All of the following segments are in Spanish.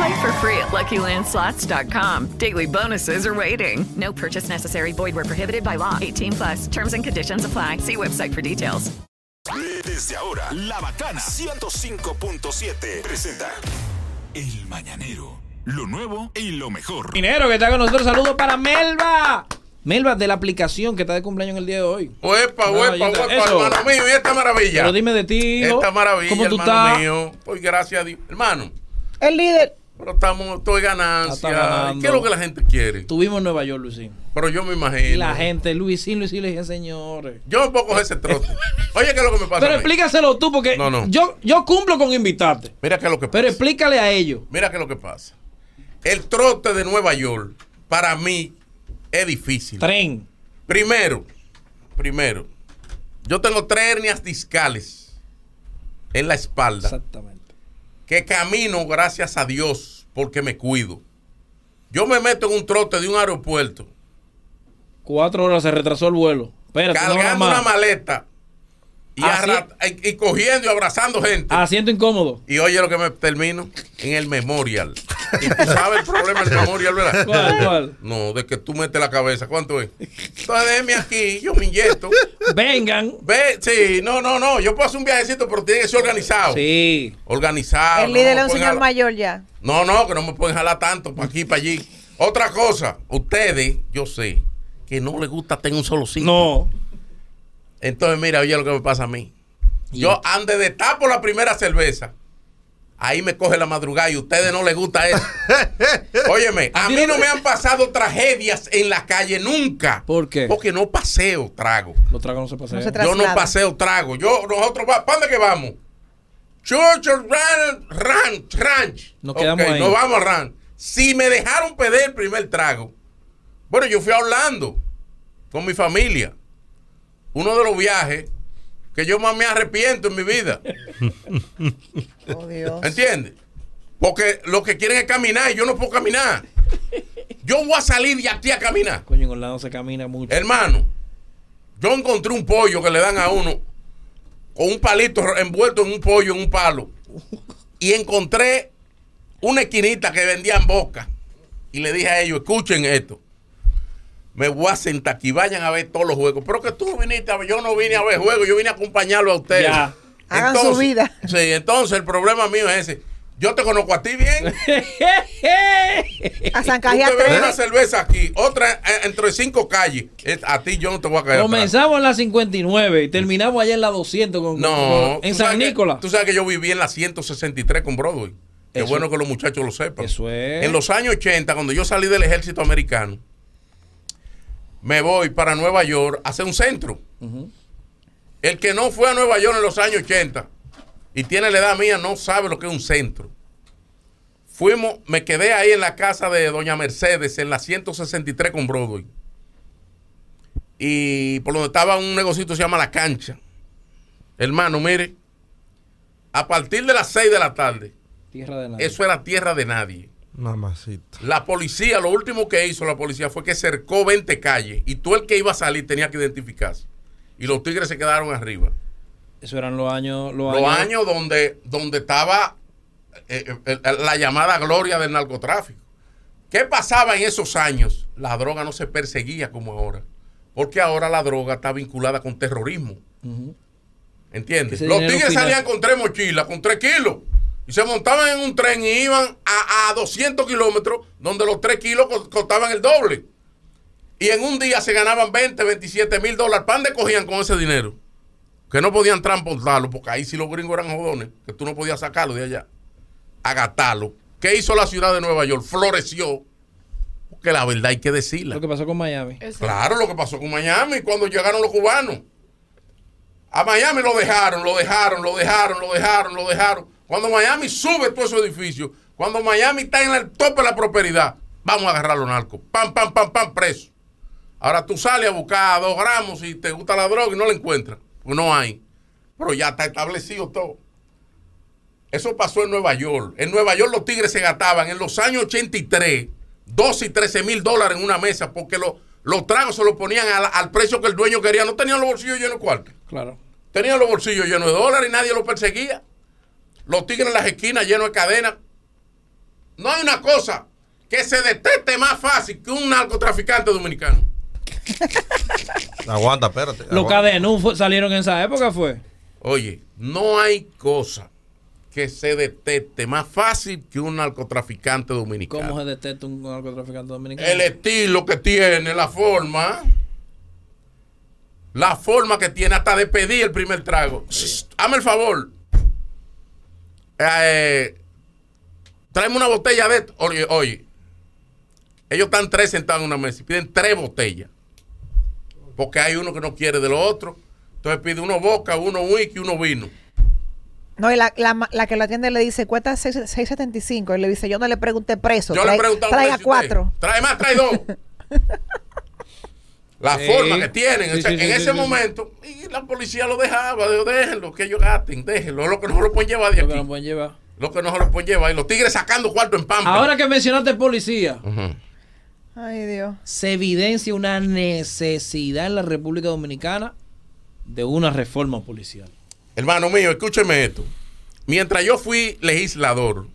Play for free at LuckyLandSlots.com. Daily bonuses are waiting. No purchase necessary. Void where prohibited by law. 18 plus. Terms and conditions apply. See website for details. Desde ahora, La Bacana 105.7 presenta El Mañanero. Lo nuevo y lo mejor. Minero que está con nosotros, saludos para Melba. Melba de la aplicación que está de cumpleaños en el día de hoy. Huepa, No, huepa, yo- huepa, eso. hermano mío, y esta maravilla. Pero dime de ti, hijo. Ah, esta maravilla, ¿Cómo tú hermano estás? mío. Pues gracias a Dios. Hermano, El líder. pero estamos, estoy ganancia. Está ganando. ¿Qué es lo que la gente quiere? Tuvimos en Nueva York, Luisín. Pero yo me Y imagino. la gente, Luisín, Luisín, le dije, señores. Yo me puedo coger ese trote. Oye, ¿qué es lo que me pasa? Pero a mí? explícaselo tú, porque No, no. Yo, yo cumplo con invitarte. Mira qué es lo que pasa. Pero explícale a ellos. Mira qué es lo que pasa. El trote de Nueva York, para mí, es difícil. Tren. Primero, primero, yo tengo tres hernias discales en la espalda. Exactamente. que camino gracias a Dios porque me cuido. Yo me meto en un trote de un aeropuerto Cuatro horas se retrasó el vuelo. Espérate, no, Ah, nada cargando más. una maleta y, Así- arra- y- y cogiendo y abrazando gente. Asiento Ah, incómodo. Y oye lo que me termino en el memorial. Y tú sabes el problema del memorial, ¿verdad? ¿Cuál, cuál? No, de que tú metes la cabeza. ¿Cuánto es? Entonces déjeme aquí, yo me inyecto. Vengan. Ve, sí, no, no, no. Yo puedo hacer un viajecito, pero tiene que ser organizado. Sí. Organizado. El líder no es un pueden señor jalar- mayor ya. No, no, que no me pueden jalar tanto para aquí, para allí. Otra cosa, ustedes, yo sé, que no les gusta tener un solo sitio. No. Entonces, mira, oye lo que me pasa a mí. Yo ande de tapo la primera cerveza. Ahí me coge la madrugada y a ustedes no les gusta eso. Óyeme, a ti mí no no te- me han pasado tragedias en la calle nunca. ¿Por qué? Porque no paseo trago. Los tragos no se pasan. No se Yo no Traslada. paseo trago. Yo, nosotros, va- ¿para dónde que vamos? Churchill Ran- Ranch, Ranch. Nos quedamos Ok, ahí. Nos vamos a Ranch. Si me dejaron pedir el primer trago. Bueno, yo fui a Orlando con mi familia. Uno de los viajes que yo más me arrepiento en mi vida. Oh, Dios. ¿Entiendes? Porque lo que quieren es caminar y yo no puedo caminar. Yo voy a salir de aquí a caminar. Coño, en Orlando se camina mucho. Hermano, yo encontré un pollo que le dan a uno con un palito envuelto en un pollo, en un palo. Y encontré una esquinita que vendían boca. Y le dije a ellos, escuchen esto. Me voy a sentar aquí, vayan a ver todos los juegos. Pero que tú viniste a ver, yo no vine a ver juegos, yo vine a acompañarlo a ustedes. Ya. Hagan su vida. Sí, entonces el problema mío es ese. Yo te conozco a ti bien. ¡Eh! A Tú zancaje te a bebes una tres. cerveza aquí, otra eh, entre cinco calles. Es- A ti yo no te voy a caer. atrás. Comenzamos en la 59 y terminamos allá en la 200 con, No. con- en tú San sabes que- Nicolás. Tú sabes que yo viví en la 163 con Broadway. Qué Eso- bueno que los muchachos lo sepan. eso es. En los años 80, cuando yo salí del ejército americano, me voy para Nueva York a hacer un centro. El que no fue a Nueva York en los años 80 y tiene la edad mía no sabe lo que es un centro. Fuimos, me quedé ahí en la casa de Doña Mercedes, en la 163 con Broadway. Y por donde estaba un negocito que se llama La Cancha. Hermano, mire, a partir de las 6 de la tarde, Tierra de nadie. eso era tierra de nadie. Mamacita. La policía, lo último que hizo la policía fue que cercó 20 calles y tú el que iba a salir tenía que identificarse. Y los tigres se quedaron arriba. Eso eran los años. Los, Los años donde, donde estaba eh, eh, eh, la llamada gloria del narcotráfico. ¿Qué pasaba en esos años? La droga no se perseguía como ahora. Porque ahora la droga está vinculada con terrorismo. ¿Entiendes? Ese Los dinero tigres final. salían con tres mochilas, con tres kilos. Y se montaban en un tren y iban a, a 200 kilómetros, donde los tres kilos co- costaban el doble. Y en un día se ganaban 20, 27 mil dólares. ¿Para dónde cogían con ese dinero? que no podían transportarlo, porque ahí sí los gringos eran jodones, que tú no podías sacarlo de allá, agatarlo. ¿Qué hizo la ciudad de Nueva York? Floreció. Que la verdad hay que decirla. Lo que pasó con Miami. Claro, lo que pasó con Miami cuando llegaron los cubanos. A Miami lo dejaron, lo dejaron, lo dejaron, lo dejaron, lo dejaron. Cuando Miami sube todo su edificio, cuando Miami está en el tope de la prosperidad, vamos a agarrar a los narcos. Pam, pam, pam, pam, preso. Ahora tú sales a buscar a dos gramos y te gusta la droga y no la encuentras. Pues no hay. Pero ya está establecido todo. Eso pasó en Nueva York. En Nueva York los tigres se gastaban en los años 83 12 y 13 mil dólares en una mesa porque lo- los tragos se los ponían al, al precio que el dueño quería. No tenían los bolsillos llenos de cuartos. Claro. Tenían los bolsillos llenos de dólares y nadie los perseguía. Los tigres en las esquinas llenos de cadenas. No hay una cosa que se deteste más fácil que un narcotraficante dominicano. Aguanta, espérate. Los aguanta. cadenú fu- salieron en esa época, fue. Oye, no hay cosa que se deteste más fácil que un narcotraficante dominicano. ¿Cómo se detecta un narcotraficante dominicano? el estilo que tiene, la forma, la forma que tiene hasta de pedir el primer trago. Shh, Hazme el favor. Eh, tráeme una botella de esto. Oye, oye, ellos están tres sentados en una mesa y piden tres botellas. Porque hay uno que no quiere de lo otro. Entonces pide uno boca, uno whisky, uno vino. No, y la, la, ma- la que lo atiende le dice, cuesta seis- 6.75. Y le dice, yo no le pregunté preso. Yo le trae- preguntaba Traiga precio a usted. cuatro. Trae más, trae dos. La Sí. forma que tienen. Sí, o sea, sí, en sí, ese sí, sí. momento, y la policía lo dejaba. digo, déjenlo, que ellos gasten, déjenlo. Lo que no se lo pueden llevar de Lo que aquí. nos pueden llevar. Lo que no se lo pueden llevar. Y los tigres sacando cuarto en pampa. Ahora que mencionaste policía, Ay, Dios. se evidencia una necesidad en la República Dominicana de una reforma policial. Hermano mío, escúcheme esto. Mientras yo fui legislador,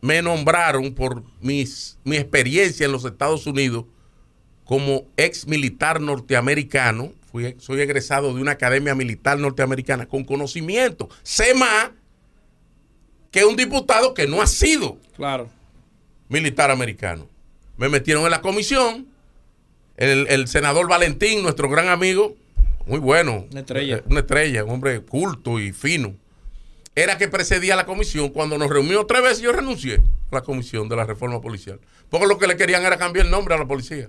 me nombraron por mis, mi experiencia en los Estados Unidos como ex militar norteamericano. Fui- soy egresado de una academia militar norteamericana con conocimiento. Sé más que un diputado que no ha sido Claro. militar americano. Me metieron en la comisión. El, el senador Valentín, nuestro gran amigo, muy bueno. Una estrella. eh, Una estrella, un hombre culto y fino. Era que precedía la comisión. Cuando nos reunimos tres veces, yo renuncié a la comisión de la reforma policial. Porque lo que le querían era cambiar el nombre a la policía.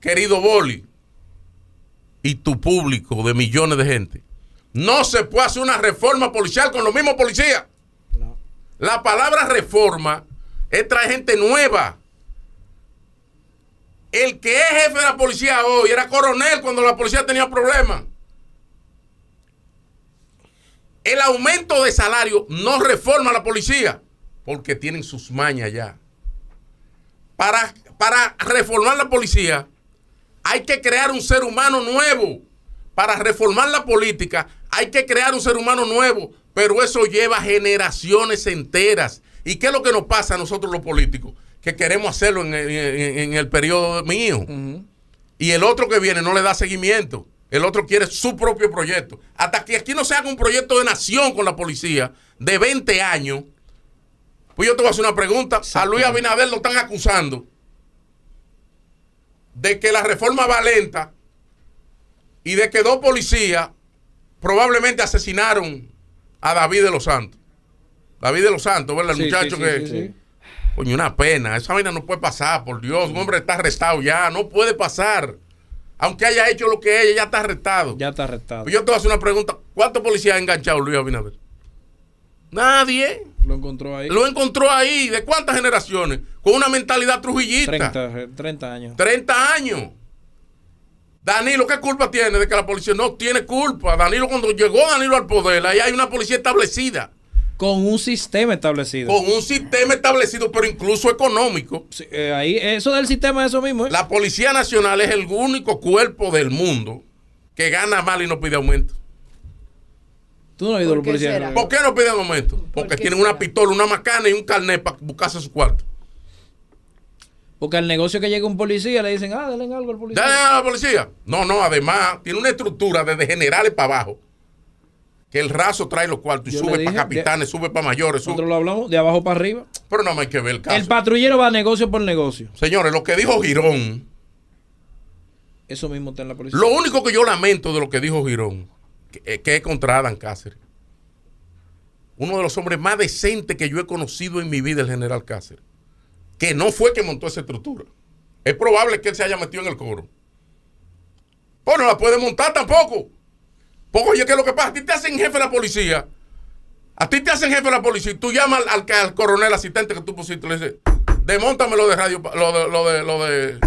Querido Boli, y tu público de millones de gente, no se puede hacer una reforma policial con los mismos policías. La palabra reforma es traer gente nueva. El que es jefe de la policía hoy era coronel cuando la policía tenía problemas. El aumento de salario no reforma a la policía porque tienen sus mañas ya. Para, para reformar la policía hay que crear un ser humano nuevo. Para reformar la política hay que crear un ser humano nuevo. Pero eso lleva generaciones enteras. ¿Y qué es lo que nos pasa a nosotros los políticos? que queremos hacerlo en, el- en- en el periodo mío. Y el otro que viene no le da seguimiento. El otro quiere su propio proyecto. Hasta que aquí no se haga un proyecto de nación con la policía de 20 años. Pues yo te voy a hacer una pregunta. A Luis Abinader lo están acusando de que la reforma va lenta y de que dos policías probablemente asesinaron a David de los Santos. David de los Santos, ¿verdad? El Sí, muchacho sí, que... sí, sí, sí. Coño, una pena. Esa vaina no puede pasar, por Dios. Un hombre está arrestado ya. No puede pasar. Aunque haya hecho lo que ella, ya está arrestado. Ya está arrestado. Pues yo te voy a hacer una pregunta. ¿Cuántos policías ha enganchado Luis Abinader? Nadie. Lo encontró ahí. Lo encontró ahí. ¿De cuántas generaciones? Con una mentalidad trujillista. 30, 30 años. 30 años. Danilo, ¿qué culpa tiene de que la policía no tiene culpa? Danilo, cuando llegó Danilo al poder, ahí hay una policía establecida. Con un sistema establecido. Con un sistema establecido, pero incluso económico. eh, ahí, eso del sistema es eso mismo. ¿eh? La Policía Nacional es el único cuerpo del mundo que gana mal y no pide aumento. Tú no has ido a la policía. ¿Por qué no piden aumento? Porque tienen una pistola, una macana y un carnet para buscarse su cuarto. Porque al negocio que llega un policía le dicen, ah, denle algo al policía. ¿Ya le dan a la policía? No, no, además tiene una estructura desde generales para abajo. Que el raso trae los cuartos y Yo sube le para dije, capitanes, sube para mayores. Nosotros lo hablamos de abajo para arriba. Pero no hay que ver el caso. El patrullero va negocio por negocio. Señores, lo que dijo Girón, Eso mismo está en la policía. lo único que yo lamento de lo que dijo Girón, que, eh, que es contra Adán Cáceres. Uno de los hombres más decentes que yo he conocido en mi vida, el general Cáceres. Que no fue que montó esa estructura. Es probable que él se haya metido en el coro. Pues no la puede montar tampoco. Porque oye, ¿qué es lo que pasa? A ti te hacen jefe de la policía. A ti te hacen jefe de la policía. Y tú llamas al, al, al coronel asistente que tú pusiste y le dices, demóntame lo de radio, pa- lo de, lo de, lo de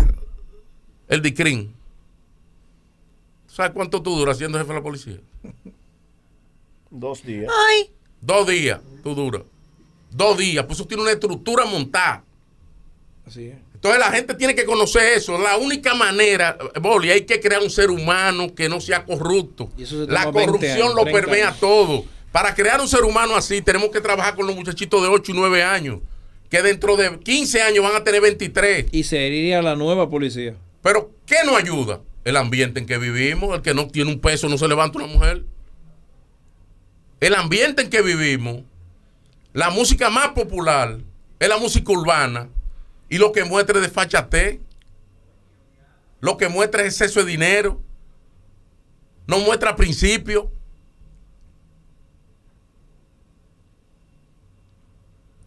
el DICRIN. ¿Sabes cuánto tú duras siendo jefe de la policía? Dos días. Ay. Dos días, tú duras. Dos días. Pues eso tiene una estructura montada. Así es. Entonces la gente tiene que conocer eso. La única manera, eh, Boli, hay que crear un ser humano que no sea corrupto. se La toma 20 corrupción años, lo 30 permea años. todo. Para crear un ser humano así, tenemos que trabajar con los muchachitos de 8 y 9 años, que dentro de 15 años van a tener 23. Y se iría la nueva policía. Pero, ¿qué nos ayuda? El ambiente en que vivimos, el que no tiene un peso no se levanta una mujer. El ambiente en que vivimos, la música más popular es la música urbana y lo que muestra es desfachate, lo que muestra es exceso de dinero, no muestra principios.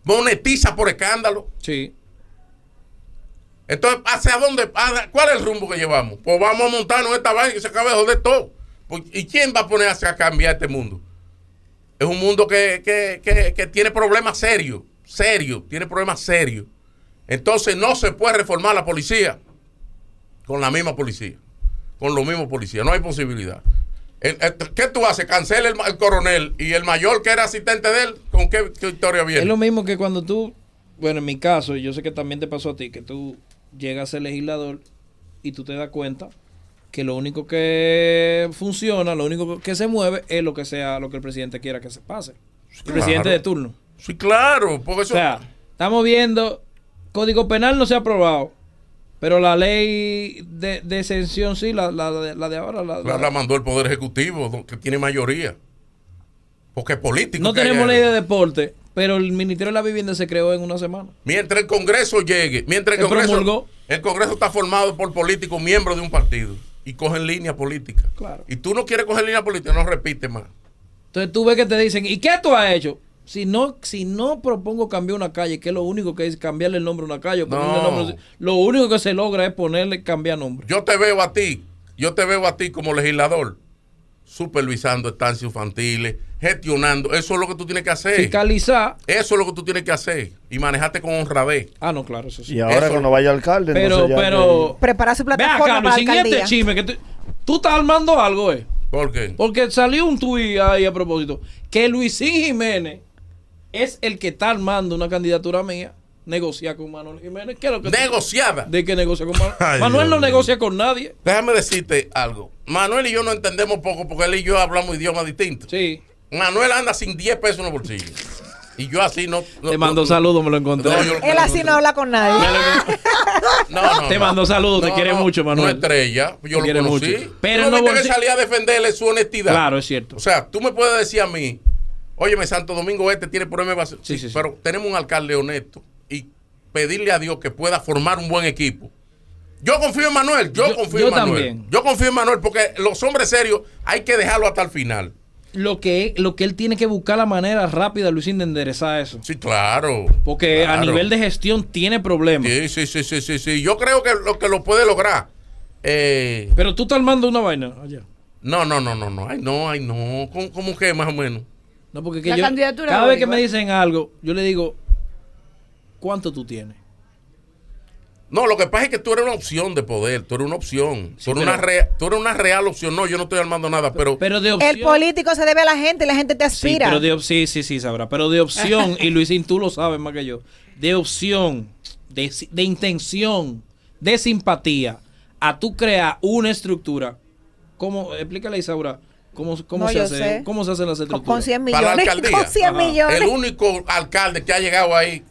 Monetiza por escándalo. Sí. Entonces, ¿hacia dónde? ¿Hacia- ¿Cuál es el rumbo que llevamos? Pues vamos a montarnos esta vaina que se acaba de joder todo. Pues, ¿Y quién va a ponerse a cambiar este mundo? Es un mundo que, que- que- que tiene problemas serios, serios, tiene problemas serios. Entonces no se puede reformar la policía con la misma policía, con los mismos policías, no hay posibilidad. El- el- ¿Qué tú haces? Cancela el, ma- el coronel y el mayor que era asistente de él, ¿con qué, qué historia viene? Es lo mismo que cuando tú, bueno, en mi caso, y yo sé que también te pasó a ti, que tú llegas a ser legislador y tú te das cuenta que lo único que funciona, lo único que se mueve es lo que sea, lo que el presidente quiera que se pase. El Claro. presidente de turno. Sí, claro, porque eso- O sea, estamos viendo, Código Penal no se ha aprobado, pero la ley de, de exención sí, la, la, la de- la de ahora. La, La, la- la mandó el Poder Ejecutivo, do- que tiene mayoría. Porque es político. no que tenemos haya- ley de deporte, pero el Ministerio de la Vivienda se creó en una semana. Mientras el Congreso llegue, mientras el Él Congreso, promulgó. el Congreso está formado por políticos miembros de un partido y cogen línea política. Claro. Y tú no quieres coger línea política, no repite más. Entonces tú ves que te dicen, ¿y qué tú has hecho? Si no, si no propongo cambiar una calle, que es lo único que es cambiarle el nombre a una calle, o ponerle No. nombre- lo único que se logra es ponerle cambiar nombre. Yo te veo a ti, yo te veo a ti como legislador, supervisando estancias infantiles, gestionando. Eso es lo que tú tienes que hacer. Fiscalizar. Eso es lo que tú tienes que hacer. Y manejarte con honradez. Ah, no, claro, eso sí. Y ahora Eso- cuando vaya alcalde, Pero- entonces ya pero- Preparar su Ve plataforma acá, para la Luis, siguiente alcaldía. chisme, que tú, tú estás armando algo, eh. ¿Por qué? Porque salió un tuit ahí a propósito, que Luisín Jiménez es el que está armando una candidatura mía, negociar con Manuel Jiménez. ¿Qué es lo que tú- Negociada. ¿De qué negocia con Manuel? Ay, Manuel Dios no mío. negocia con nadie. Déjame decirte algo. Manuel y yo no entendemos poco porque él y yo hablamos idiomas distintos. Sí. Manuel anda sin 10 pesos en el bolsillo. Y yo así no. no- Te mando saludos, me lo encontré. No, yo- Él así no habla con nadie. no, no, Ah, Te no. mando saludos, te No, quiere no, mucho, Manuel. No estrella, Te yo lo quiere conocí. mucho. Pero Tú no no viste que bolsi- salía a defenderle su honestidad. Claro, es cierto. O sea, tú me puedes decir a mí, óyeme, Santo Domingo Este tiene problemas. Sí, pero tenemos un alcalde honesto y pedirle a Dios que pueda formar un buen equipo. Yo confío en Manuel, yo, Yo- confío yo en Manuel. también. Yo confío en Manuel porque los hombres serios hay que dejarlo hasta el final. Lo que, lo que él tiene que buscar la manera rápida, Luisín, de enderezar eso. Sí, claro. Porque Claro. a nivel de gestión tiene problemas. Sí, sí, sí, sí, sí, sí. Yo creo que lo que lo puede lograr. Eh, Pero tú estás armando una vaina allá. no, no, no, no, no. Ay, no, ay, no. ¿Cómo, cómo que más o menos? No, porque que La yo- candidatura cada de vez que Bolívar. me dicen algo, yo le digo, ¿cuánto tú tienes? No, lo que pasa es que tú eres una opción de poder, tú eres una opción, tú, pero- eres una rea- tú eres una real opción. No, yo no estoy armando nada, pero... Pero de El político se debe a la gente y la gente te Sí, aspira. pero de, op- sí, sí, sí, sabrá. Pero de opción, y Luisín, tú lo sabes más que yo, de opción, de, si- de intención, de simpatía, a tú crear una estructura. ¿Cómo? Explícale, Isaura, ¿cómo, cómo, No, se, yo hace, sé. ¿cómo se hacen las estructuras? con 100 millones. Con 100 millones. El único alcalde que ha llegado ahí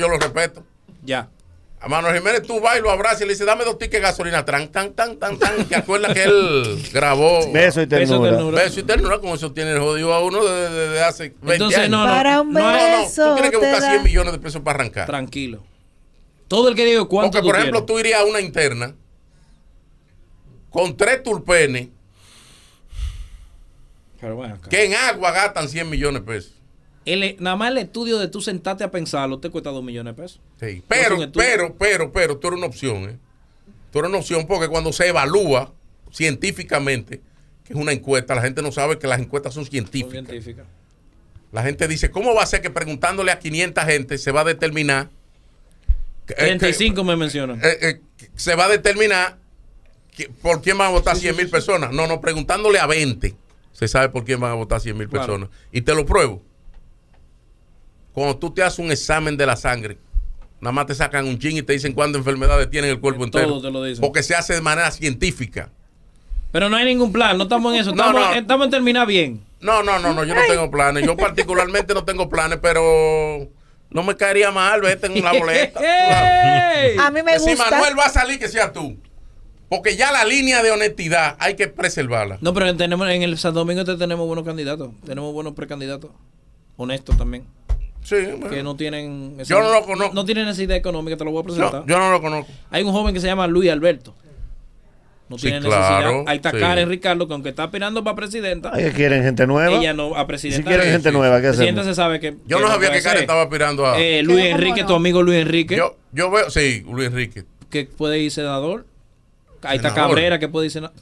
yo lo respeto. Ya. A Manuel Jiménez tú vas y lo abrazas y le dices, dame dos tickets de gasolina. Tran, tan, tan, tan, tan. ¿Te acuerdas que él grabó? Beso y ternura. Beso y ternura. Beso y ternura, como eso tiene el jodido a uno desde desde hace 20 Entonces, años. no, no, Para un no, no, Tú tienes que beso te buscar da- 100 millones de pesos para arrancar. Tranquilo. Todo el que digo cuánto Porque, tú por ejemplo, tienes. tú irías a una interna con tres tulpenes Pero bueno, acá. que en agua gastan 100 millones de pesos. El- e, nada más el estudio de tú sentarte a pensarlo te cuesta 2 millones de pesos. Sí. No Pero, son estudios. pero, pero, pero, tú eres una opción, ¿eh? Tú eres una opción porque cuando se evalúa científicamente, que es una encuesta, la gente no sabe que las encuestas son científicas. La gente dice, ¿cómo va a ser que preguntándole a 500 gente se va a determinar? que- eh, 35 me mencionan. que- eh, eh, que se va a determinar que- por quién van a votar 100 mil personas. No, no, preguntándole a 20 se sabe por quién van a votar 100 mil Claro. personas. Y te lo pruebo. Cuando tú te haces un examen de la sangre, nada más te sacan un chin y te dicen cuántas enfermedades tiene el cuerpo Eh, todo entero. te lo dicen. Porque se hace de manera científica. Pero no hay ningún plan, no estamos en eso. No, Estamos, no. estamos en terminar bien. No, no, no, no, yo no tengo planes. Yo particularmente no tengo planes, pero no me caería mal verte en una boleta. A mí me Que Si gusta. Manuel va a salir, que sea tú. Porque ya la línea de honestidad hay que preservarla. No, pero tenemos, en el San Domingo te tenemos buenos candidatos. Tenemos buenos precandidatos. Honestos también. Sí, bueno. Que no tienen. Yo no lo conozco. No tienen necesidad económica, te lo voy a presentar. yo no lo conozco. Hay un joven que se llama Luis Alberto. No Sí, tiene claro, necesidad. Ahí está sí. Karen Ricardo, que aunque está aspirando para presidenta. Ay, que quieren gente nueva. Ella no, a presidenta. Si quieren Sí, gente sí. nueva, ¿qué Presidenta hacemos? se sabe que. Yo no sabía puede que Karen ser. estaba aspirando a- Eh, Luis ¿Qué, cómo Enrique, no? tu amigo Luis Enrique. Yo, yo veo, sí, Luis Enrique. que puede ir senador. Ahí está Senador. Cabrera, que puede ir senador.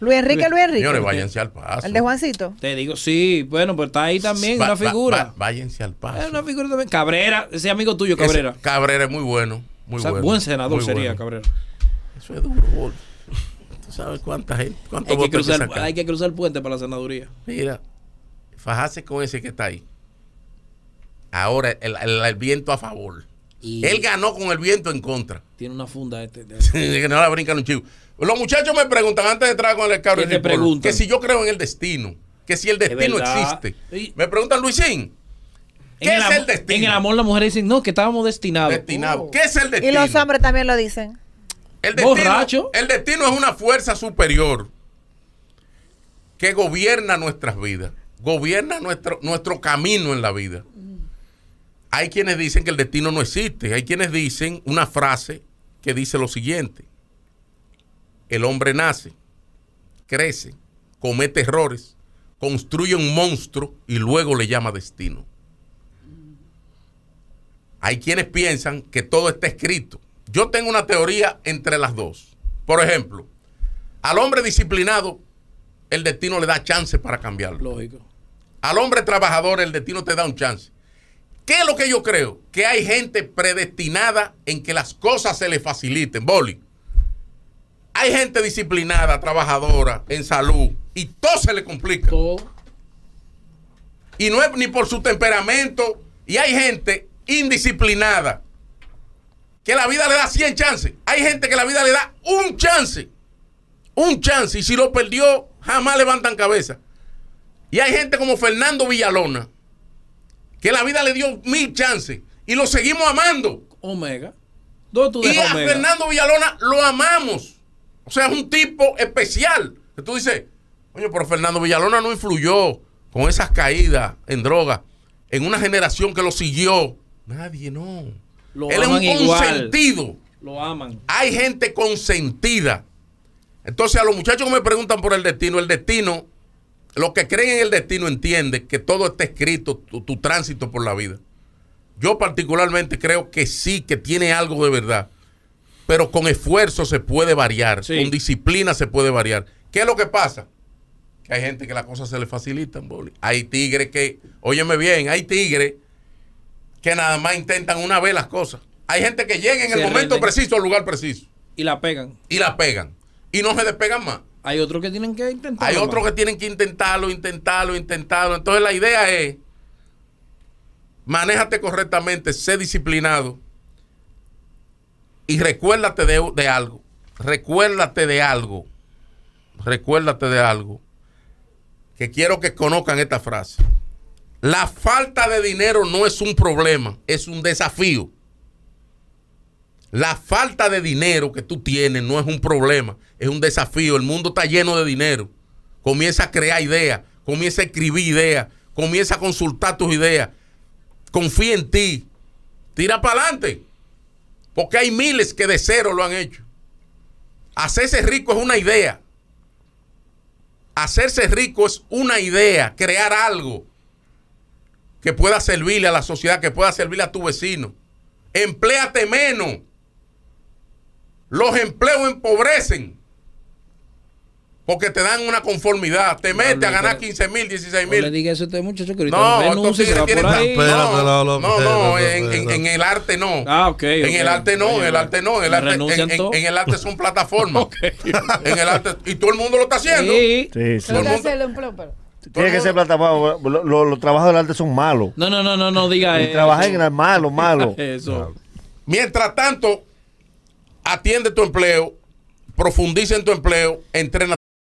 Luis Enrique, Luis Enrique. Señores, váyanse al paso. El de Juancito. Te digo, sí, bueno, pero está ahí también Va- una va- figura. va- váyanse al paso. Es una figura también. Cabrera, ese amigo tuyo, Cabrera. Ese- Cabrera es muy bueno. Muy O sea, bueno. buen senador muy sería bueno. Cabrera. Eso es duro, bol. Tú sabes cuánta gente, cuántos Hay que, votos hay que cruzar, sacar. hay que cruzar el puente para la senaduría. Mira, fajarse con ese que está ahí. Ahora el, el- el viento a favor. Y- Él ganó con el viento en contra. Tiene una funda este. de- Sí, que no la brincan un chivo. Los muchachos me preguntan antes de entrar con el carro ¿Qué te preguntan? que si yo creo en el destino, que si el destino verdad. existe. Me preguntan, Luisín, ¿qué En es am- el destino? En el amor las mujeres dicen, no, que estábamos destinados. oh. Destinados. ¿Qué es el Y destino? los hombres también lo dicen. El destino, borracho. el destino es una fuerza superior que gobierna nuestras vidas, gobierna nuestro, nuestro camino en la vida. Hay quienes dicen que el destino no existe, hay quienes dicen una frase que dice lo siguiente, el hombre nace, crece, comete errores, construye un monstruo y luego le llama destino. Hay quienes piensan que todo está escrito. Yo tengo una teoría entre las dos. Por ejemplo, al hombre disciplinado, el destino le da chance para cambiarlo. Lógico. Al hombre trabajador, el destino te da un chance. ¿Qué es lo que yo creo? Que hay gente predestinada en que las cosas se le faciliten. Boli. Hay gente disciplinada, trabajadora, en salud, y todo se le complica. Y no es ni por su temperamento. Y hay gente indisciplinada que la vida le da 100 chances. Hay gente que la vida le da un chance. Un chance. Y si lo perdió, jamás levantan cabeza. Y hay gente como Fernando Villalona que la vida le dio mil chances. Y lo seguimos amando. Omega. ¿Dónde tú Y dejas a Omega? Fernando Villalona lo amamos. O sea, es un tipo especial. Que tú dices, coño, pero Fernando Villalona no influyó con esas caídas en droga en una generación que lo siguió. Nadie, no. Lo Él es un aman igual. consentido. Lo aman. Hay gente consentida. Entonces, a los muchachos que me preguntan por el destino, el destino, los que creen en el destino entienden que todo está escrito, tu, tu tránsito por la vida. Yo particularmente creo que sí, que tiene algo de verdad, pero con esfuerzo se puede variar, con disciplina se puede variar. ¿Qué es lo que pasa? Que hay gente que las cosas se le facilitan, boli. Hay tigres que, óyeme bien, hay tigres que nada más intentan una vez las cosas. Hay gente que llega en Se el momento rinden. preciso al lugar preciso Y la pegan. y la pegan y no se despegan más. Hay otros que tienen que intentar. Hay otros que tienen que intentarlo, intentarlo, intentarlo. Entonces la idea es, manéjate correctamente, sé disciplinado y recuérdate de, de algo. Recuérdate de algo. Recuérdate de algo. Que quiero que conozcan esta frase. La falta de dinero no es un problema, es un desafío. La falta de dinero que tú tienes no es un problema, es un desafío. El mundo está lleno de dinero. Comienza a crear ideas, comienza a escribir ideas, comienza a consultar tus ideas. Confía en ti. Tira para adelante. Porque hay miles que de cero lo han hecho. Hacerse rico es una idea. Hacerse rico es una idea, crear algo que pueda servirle a la sociedad, que pueda servirle a tu vecino. Empléate menos. Los empleos empobrecen. Porque te dan una conformidad. Te mete a ganar 15 mil, 16 No le mil. diga eso a este muchacho que ahorita No, estos renuncia y se tigres va por tienen ahí. tan- No, no, no, en, en- en el arte no. pues, Ah, ok, En ok. el arte no, en el arte no. En el arte, en, Renuncian en- todo. en el arte son plataformas. En el arte. Y todo el mundo lo está haciendo. Sí, sí. Todo el mundo- Tiene que ser plataforma. Lo- lo- los trabajos del arte son malos. No, no, no, no, no diga Y eso. trabajar en el malo, malo. Eso. Mientras tanto, atiende tu empleo, profundiza en tu empleo, entrena.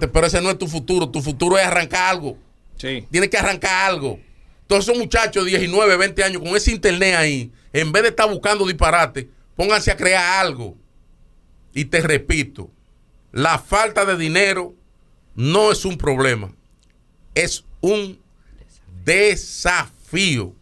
Pero ese no es tu futuro. Tu futuro es arrancar algo. Tienes que arrancar algo. Todos esos muchachos de 19, 20 años con ese internet ahí, en vez de estar buscando disparate, pónganse a crear algo. Y te repito, la falta de dinero no es un problema. Es un desafío.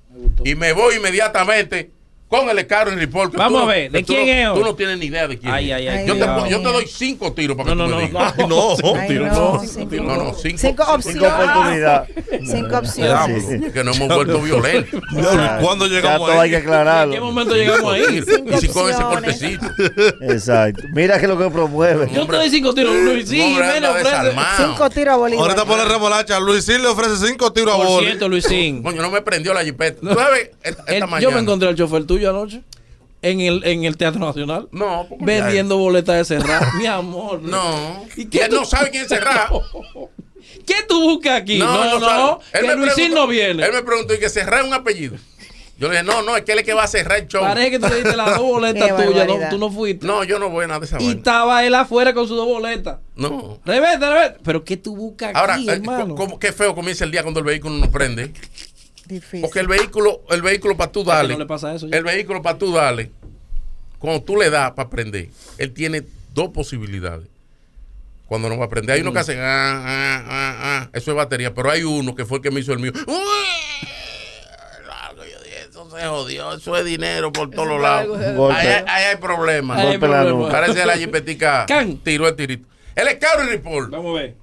Y me voy inmediatamente con el Scarlet Report. que Vamos tú no- a ver, ¿de que tú quién no- es? Tú no tienes ni idea de quién Ay, es. ay, ay, yo, te, cuidado. po- yo te doy cinco tiros para que No, tú no, me no, digas. no. Ay, no, cinco tiros, no, no, cinco cinco tiros, no, cinco, Cinco opciones. oportunidades. Ah, Cinco Cuidado, opciones. que no hemos vuelto violentos. ¿Cuándo llegamos Ya todo ahí? hay que aclararlo. ¿En qué momento llegamos ahí? Y si con ese cortecito. Exacto. Mira que lo que promueve. Yo te doy cinco tiros, Luis. Sí, hombre, me anda lo ofrece. Cinco tiros a Bolívar. Ahorita pone remolacha. Luisín le ofrece cinco tiros a Por bola. cierto, Luisín. Coño, no me prendió la jipeta. ¿Tú sabes? E- Esta, esta El- yo mañana. me encontré al chofer tuyo anoche en el, en el Teatro Nacional. No, vendiendo boletas de cerrar. Mi amor. No. ¿Y Él no sabe quién es Serrat. ¿Qué tú buscas aquí? No, no, no. sabe. Él que me Luisín preguntó- no viene. Él me preguntó, ¿y que Serrat es un apellido? Yo le dije, no, no, es que él es que va a cerrar el show. Parece que tú le diste las dos boletas Qué tuyas, barbaridad. no, tú no fuiste. No, yo no voy a nada de esa Y vaina. estaba él afuera con sus dos boletas. No. Revete, revete. Pero ¿qué tú buscas aquí, Ahora, eh, hermano? ¿cómo- qué feo comienza el día cuando el vehículo no prende. Porque el vehículo, el vehículo para tú darle. no le pasa eso el vehículo para tú darle. Cuando tú le das para prender, él tiene dos posibilidades. Cuando no va a prender. Hay uno Mm. que hace. "Ah, ah, ah, ah". Eso es batería. Pero hay uno que fue el que me hizo el mío. Eso se jodió. Eso es dinero por todos los lados. algo- Ahí, hay- ahí hay problemas. Ahí hay Golpe en la problemas. nuca. Parece la jipetica. Can. Tiró el tirito. El Scarry Report. Vamos a ver.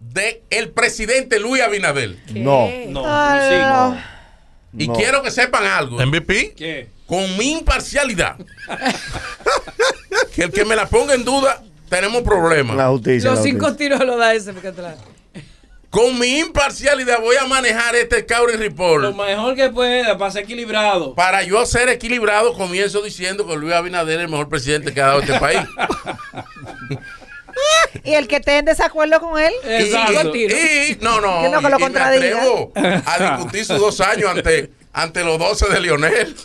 De el presidente Luis Abinadel. No. No, Ah, Y No. quiero que sepan algo. ¿MVP? ¿Qué? Con mi imparcialidad. que el que me la ponga en duda, tenemos problemas. La justicia. Los la justicia. cinco tiros lo da ese, porque atrás. Con mi imparcialidad voy a manejar este Cabri Report. Lo mejor que pueda, para ser equilibrado. Para yo ser equilibrado, comienzo diciendo que Luis Abinader es el mejor presidente que ha dado este país. Y el que esté en desacuerdo con él. Y, y- no, no. Que no, que y- y lo me contradiga. atrevo a discutir sus dos años ante, ante los 12 de Lionel.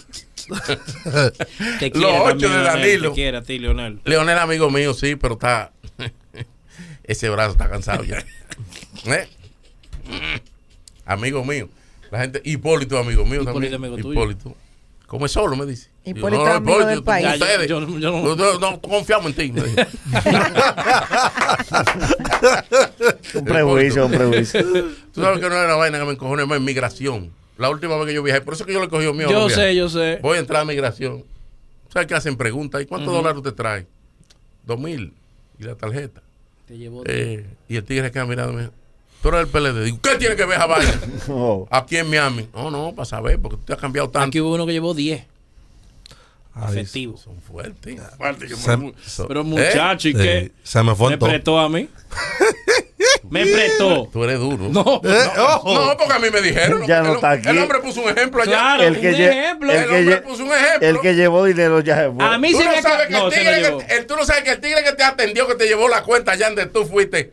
Te los quiere ocho también, eh, de Leonel, Danilo. Te quiere a ti, Leonel. Leonel, amigo mío, sí, pero está. Ese brazo está cansado ya. ¿Eh? Amigo mío. La gente. Hipólito, amigo mío Hipólito, también. amigo tuyo. Hipólito. Como es solo, me dice. Digo, Hipólito es amigo del tú- país. tú- ustedes. Ya, yo- yo- yo no- Nosotros no, confiamos en ti. me dice. Un prejuicio, un prejuicio. Tú sabes que no era la vaina que me encojoné más en migración. La última vez que yo viajé, por eso que yo le cogí mío. a Yo los sé, viajes. yo sé. Voy a entrar a migración. ¿Sabes qué hacen preguntas? ¿Y cuántos Ujú. dólares usted trae? Dos mil. ¿Y la tarjeta? Te llevó. Eh, y el tigre acá mirándome. Tú eres el PLD. Digo, ¿qué tiene que ver Javali? Aquí en Miami. No, no, para saber, porque tú te has cambiado tanto. Aquí hubo uno que llevó 10. Efectivo. Son fuertes. ¿eh? fuertes, yo Se- me- se- Pero muchacho, Eh, Sí, ¿y qué? se me fue Me todo. prestó a mí. me prestó. Tú eres duro. No, Eh, no, ojo. no, porque a mí me dijeron. Ya no el, está aquí. el hombre puso un ejemplo allá. Claro, el que, un lle- ejemplo. el El que hombre lle- puso un ejemplo. el que llevó dinero ya se fue. A mí tú se no me sabes que No, el se tigre lo que, el- tú no sabes que el tigre que te atendió, que te llevó la cuenta allá donde tú fuiste.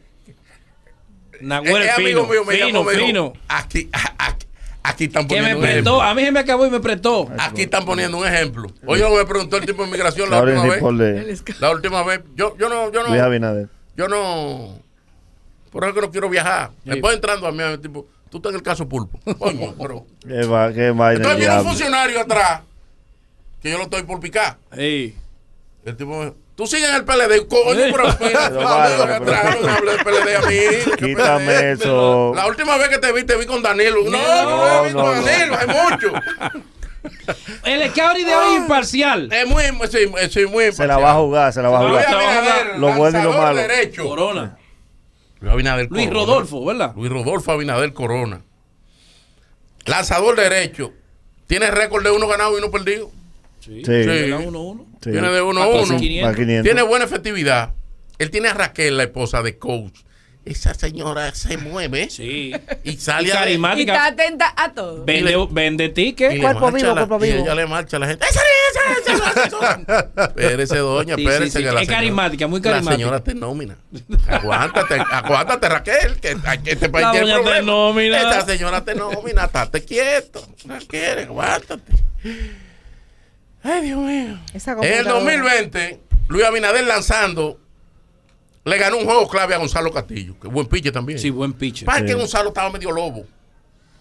Nahuel Eh, eh, amigo fino, mío me fino, llamó, me dijo, fino. Aquí, a- aquí, aquí están Que me poniendo un prestó. ejemplo. A mí se me acabó y me prestó. Aquí están poniendo un ejemplo. Oye, lo que me preguntó el tipo de migración la Ahora última el vez. report de- La última vez. Yo, yo no, yo Luis no, Abinader. yo no. Por eso que no quiero viajar. Después entrando a mí, el tipo, tú estás en el caso pulpo. Coño, pero. Qué va, qué vaina el Entonces viene un diablo. funcionario atrás que yo lo estoy por picar. El tipo me dijo, tú sigues en el PLD. Coño, pero espérate, Pero amigo, bárbaro, atrás, pero- no me hables del PLD a mí. ¿qué Quítame PLD? eso. La última vez que te vi, te vi con Danilo. No, no, No, no, me vi no, con no. Danilo, hay mucho. El escabri de hoy es imparcial. Es muy, sí, sí, muy Se la va a jugar, se la va a Luis jugar. Abinader, Lo bueno y lo lanzador malo. derecho. Corona. Luis Abinader Luis Corona. Rodolfo, ¿verdad? Luis Rodolfo Abinader Corona. Lanzador derecho. Tiene récord de uno ganado y uno perdido. Sí. Sí. Era uno, uno. Sí. Tiene de 1 a Más 1. 500. Más 500. Tiene buena efectividad. Él tiene a Raquel, la esposa de coach. Esa señora se mueve. Sí. Y sale Y a carismática. y Y está atenta a todo. Vende, vende tickets. le marcha la- Y ella le marcha a la gente. ¡Esa es, esa es, esa es! Espérese, doña, Sí, espérese. sí, sí. que la Es señora- carismática, muy La carismática. señora te nómina. Aguántate, aguántate, Raquel, que aquí este país La tiene doña te problemas. nómina. Esta señora te nómina, estate quieto. No quiere, aguántate. Ay, Dios mío. Esa En el computadora. 2020, Luis Abinader lanzando, le ganó un juego clave a Gonzalo Castillo. Que buen piche también. Sí, buen piche. Para que Sí. Gonzalo estaba medio lobo.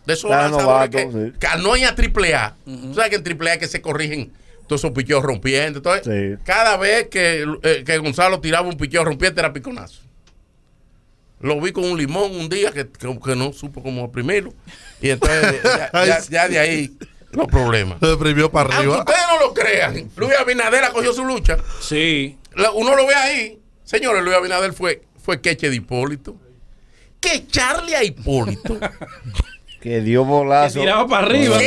De esos Estaba lanzadores que, novato, sí. que no hay a triple A. Tú sabes que en triple A que se corrigen todos esos picheos rompientes. Entonces, cada vez que, eh, que Gonzalo tiraba un picheo rompiente era piconazo. Lo vi con un limón un día que, que- que no supo cómo oprimirlo. Y entonces, ya, ya- ya de ahí los problemas. Se deprimió para Aunque arriba. ustedes no lo lo crean, Luis Abinader acogió su lucha. Sí. La- uno lo ve ahí. Señores, Luis Abinader fue, fue queche de Hipólito. Que echarle a Hipólito. Que dio bolazo. Que tiraba para arriba.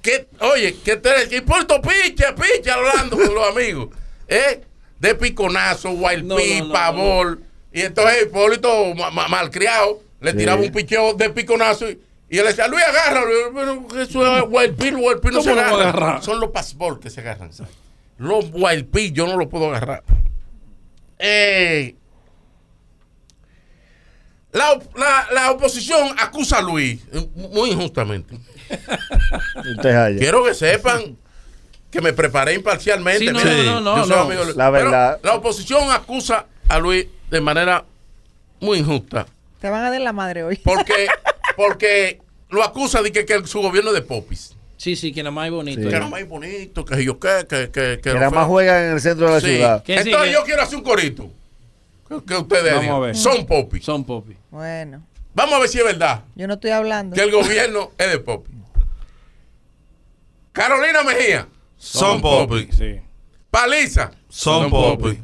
que, oye, que te que Hipólito picha, picha hablando con los amigos. ¿Eh? De piconazo, wild No, no, pipa, no, bol. Y entonces Hipólito, ma- ma- malcriado, le Sí. tiraba un picheo de piconazo y, y él decía, Luis, agarra. Pero eso es wild pill, wild pill no se ¿Cómo lo agarra. agarra? Son los pasbol que se agarran. ¿sabes? Los wild pill yo no los puedo agarrar. Eh, la, op- la- la oposición acusa a Luis, eh, muy injustamente. Quiero que sepan que me preparé imparcialmente. Sí, no, Mira, no, no, yo no, soy no. amigo de Luis. La Pero verdad. la oposición acusa a Luis de manera muy injusta. Te van a dar la madre hoy. Porque, porque lo acusa de que, que su gobierno es de popis. Sí, sí, que nada más es bonito. Que era más bonito, que yo qué, que, que, que Que lo nada más feo. juegan en el centro de la Sí. ciudad. Entonces yo quiero hacer un corito. Que, que ustedes Vamos digan. a ver. son popis. Son popis. Bueno, Vamos a ver si es verdad yo no estoy hablando. que el gobierno es de popis. Carolina Mejía. Son popi. Paliza. Son popi.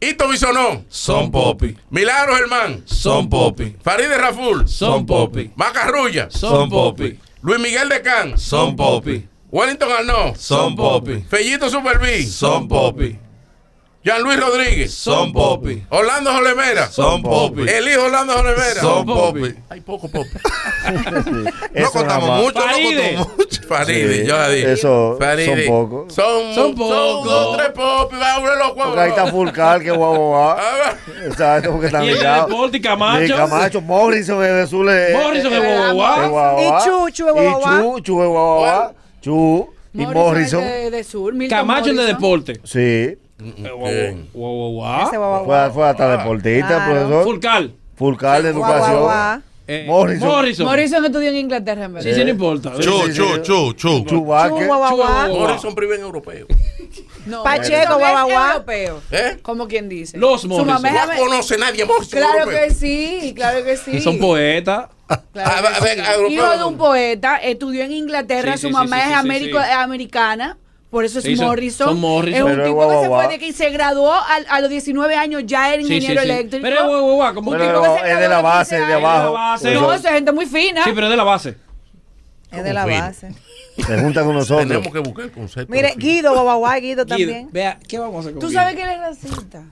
Ito Bisonó. Son popi. Milagros Germán. Son popi. Farideh Raful. Son popi. Macarrulla. Son popi. Luis Miguel de Can. Son popi. Wellington Arnó. Son popi. Fellito Superbí. Son popi. Jean Luis Rodríguez. Son popi. Orlando Jolemera. Son popi. El hijo Orlando Jolemera. Son popi. Hay poco popi. No contamos mucho, no contamos mucho. Farideh, yo la dije. Eso, Farideh. son pocos. Son Son, son dos, pocos. tres popis. Va a abrir los Porque ahí está cuadros. Fulcal, que guau va. Exacto, porque están Y el de ligados. Deporte, Y Camacho. Camacho, Morrison es de Azul. es- Morrison es de Guau, de Guau. Guau, Guau. Y Chu, Chu es Y Guau, Guau. Chu, Chu es Guau, Guau. Chu y Morrison. De, de sur, eh, Milton Camacho el de Morrison. deporte. Sí. Guau, guau, guau, guau. Ese Este guau, guau, Fue, fue Ah. hasta deportista, Claro. profesor. Ah, Fulcal. Eh, Fulcal de educación. Morrison. Morrison. Morrison estudió en Inglaterra, en verdad. Sí, sí, no importa. Chu, chu, chu, chu. Chu Vázquez. Guau, guau, guau. Morrison prive en europeo. No, Pacheco, Morrison guau, es guau. europeo. ¿Eh? Como quien dice. Los Su Morrison. mamá es No amer- conoce nadie Morrison. Claro europeo. que sí, claro que sí. Que son poetas. A ver, a ver, Ah, europeo. Hijo de un poeta, eh. estudió en Inglaterra, Sí, su sí, mamá sí, sí, es sí, américo- sí. eh, americana, por eso es Sí, son- Morrison. son Morrison. Es un Pero es tipo guau, que se guau, fue guau. de que se graduó al- a, los 19 años, ya era Sí, sí, ingeniero sí. eléctrico. Pero es guau, guau, guau, como Un que- tipo Pero que se es graduó de a la los base, 15 de años. abajo. base. Pues No, Profesor, esa gente muy fina. Sí, pero de la base. Es de la Confirmo. base. Se junta con nosotros. Tenemos que buscar el concepto. Mire, Guido, guau, guau, Guido también. Vea, ¿qué vamos a hacer con Tú Guido? sabes que él es racista.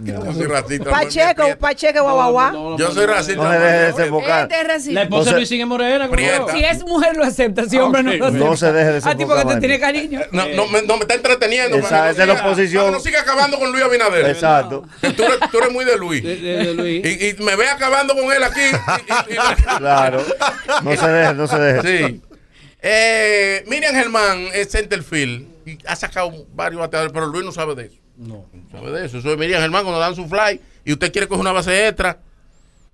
Yo soy racista. Pacheco, Pacheco, guau, guau, guau. Yo soy racista. No se deje desenfocar. Este es La racista. esposa No sé. de Luis sigue morena. ¿cómo Prieta. no? Si es mujer, lo acepta. Si hombre, ok. no lo No acepta. se deje Ah, de A ti porque te tiene desenfocar. cariño. No, no, me, no me está entreteniendo. Esa- esa mano. es la Mira, oposición. No, no siga acabando con Luis Abinader. Exacto. Que Tú eres, tú eres muy de Luis. De- de- de Luis. Y, y me ve acabando con él aquí. y- y- y- Claro. No se deje, no se deje. sí. Eh, Miriam Germán es centerfield. Y ha sacado varios bateadores, pero Luis no sabe de eso. No. No sabe de eso. Eso es Miriam Germán cuando dan su fly y usted quiere coger una base extra.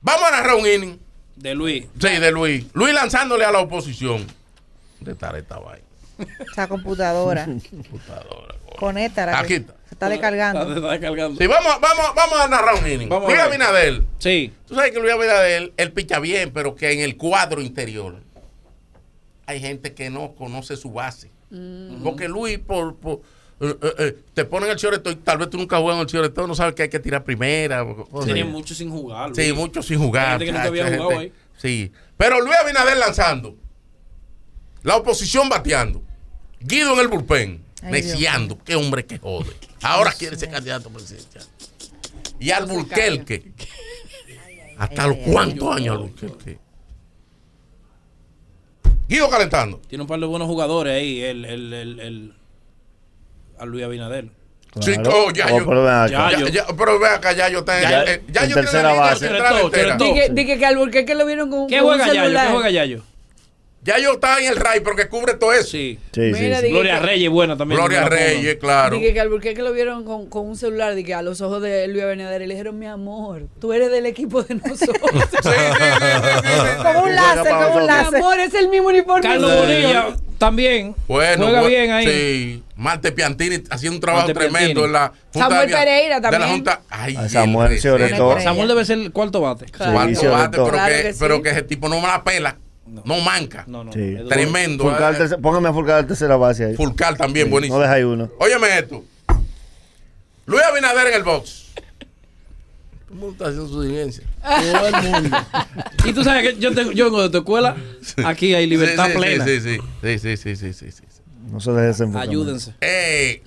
Vamos a narrar un inning. De Luis. Sí, de Luis. Luis lanzándole a la oposición. ¿Dónde estará esta vaina? Esa computadora. Computadora. Conéctala. Aquí que está. Se está descargando. Está descargando. Sí, vamos, a- vamos, a- vamos a narrar un inning. Vamos a Luis ver. Abinader. Sí. Tú sabes que Luis Abinader, él picha bien, pero que en el cuadro interior hay gente que no conoce su base. Porque Luis, por, por- eh, eh, eh, te ponen el shortstop y tal vez tú nunca juegas en el shortstop, no sabes que hay que tirar primera. o cosas Tiene así. mucho sin jugar. Luis. Sí, mucho sin jugar. Gente que nunca había chacho, jugado gente- ahí. Sí. Pero Luis Abinader lanzando. La oposición bateando. Guido en el bullpen. Ay, neciando. Qué hombre que jode. Ahora quiere ser candidato presidencial. Y al Burkelque. ¿Hasta los cuántos años al Burkelque? Guido calentando. Tiene un par de buenos jugadores ahí. El, el, el, el- a Luis Abinader. Chico, oh, ya Oh, yo- pero ven acá. Ya, Ya- yo. ya- pero ve acá, ya yo está Ya- eh, ya en yo está en tercera la línea base. central Todo, entera. todo. Dije, dije que al Burquerque lo vieron con, ¿Qué con un juega Yayo? celular. ¿Qué juega Yayo? Ya yo está en el RAI, pero que cubre todo eso. Sí. Sí, sí, Mira, sí. dije Gloria que- Reyes, buena también. Gloria La pongo. Reyes, claro. Dije que al Burquerque lo vieron con, con un celular. Dije a los ojos de Luis Abinader. Y le dijeron, mi amor, tú eres del equipo de nosotros. Sí, sí, sí, sí, sí. Con un láser, con un mi láser. amor, es el mismo uniforme. Carlos Bonilla también. Bueno, Juega bu- bien ahí. Sí, Marte Piantini haciendo un trabajo Marte tremendo Piantini. en la Junta Samuel de Avia- Pereira de la también. Junta. Ay, A Samuel el sobre receta. todo. Samuel debe ser el cuarto bate. Claro. Cuarto sobre bate, todo. pero, Claro que, que sí. pero que ese tipo no me la pela. No, manca. Sí. Tremendo. eh, Fulcar, terce- póngame a Fulcar tercera base ahí. Fulcar también, buenísimo. No deja ahí uno. Óyeme esto. Luis Abinader en el box. Todo el mundo está haciendo su diligencia. Todo el mundo. y tú sabes que yo tengo, yo vengo de tu escuela, aquí hay libertad Sí, sí, plena. Sí, sí, sí, sí, sí, sí, sí, sí, sí. No se deje desenfocar. Ayúdense. Eh,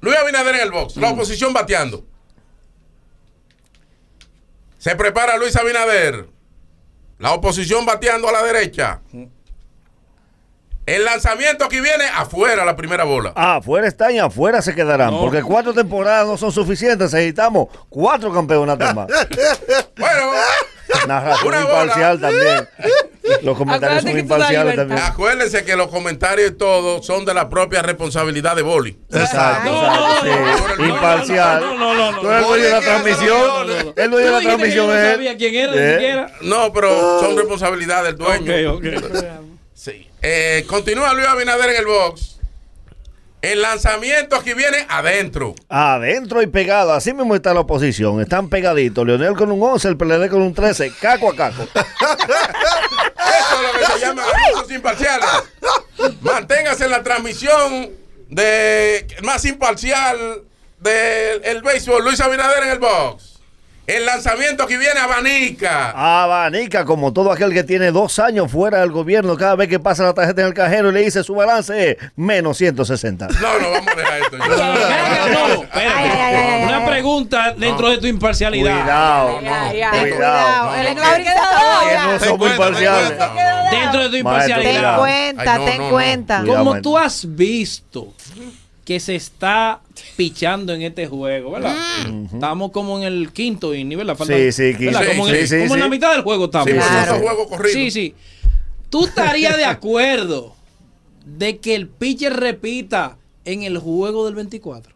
Luis Abinader en el box. Mm. La oposición bateando. Se prepara Luis Abinader. La oposición bateando a la derecha. El lanzamiento que viene afuera la primera bola. Afuera están y afuera se quedarán. Porque cuatro temporadas no son suficientes. Necesitamos cuatro campeonatos más. bueno, Narración Una imparcial también. Los comentarios son imparciales también. Acuérdense que los comentarios y todo son de la propia responsabilidad de Boli. Exacto, exacto, sí. Imparcial. Tú eres el dueño de la transmisión. El dueño de la transmisión es. él. ¿Eh? No, pero son responsabilidad del dueño. Sí. Eh, continúa Luis Abinader en el box. El lanzamiento aquí viene adentro. Adentro y pegado, así mismo está la oposición, están pegaditos. Leonel con un 11, el PLD con un 13, caco a caco. Eso es lo que se llama anuncios imparciales. Manténgase en la transmisión de más imparcial del el béisbol. Luis Abinader en el box. El lanzamiento que viene abanica. Abanica, como todo aquel que tiene dos años fuera del gobierno, cada vez que pasa la tarjeta en el cajero y le dice su balance es menos 160. No, no, vamos a dejar esto. Una pregunta dentro de tu imparcialidad. Cuidado, Cuidado, él no ahorita no somos imparciales. Dentro de tu Maestro, imparcialidad. cuidado. Ten cuenta, Ay, no, ten no, no. cuenta. Cuidado, Como maestro. tú has visto que se está pichando en este juego, ¿verdad? Estamos como en el quinto inning, ¿verdad? Falta- Sí, sí, ¿verdad? quince. Como, Sí, en, sí, como en sí. la mitad del juego estamos. Sí, porque Claro. son juegos corridos. Sí, sí. ¿Tú estarías de acuerdo de que el pitcher repita en el juego del 24?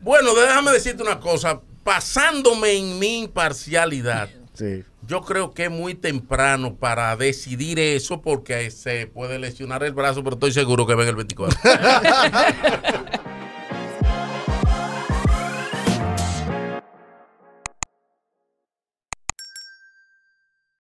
Bueno, déjame decirte una cosa. Pasándome en mi imparcialidad, Sí. yo creo que es muy temprano para decidir eso porque se puede lesionar el brazo, pero estoy seguro que ven el 24.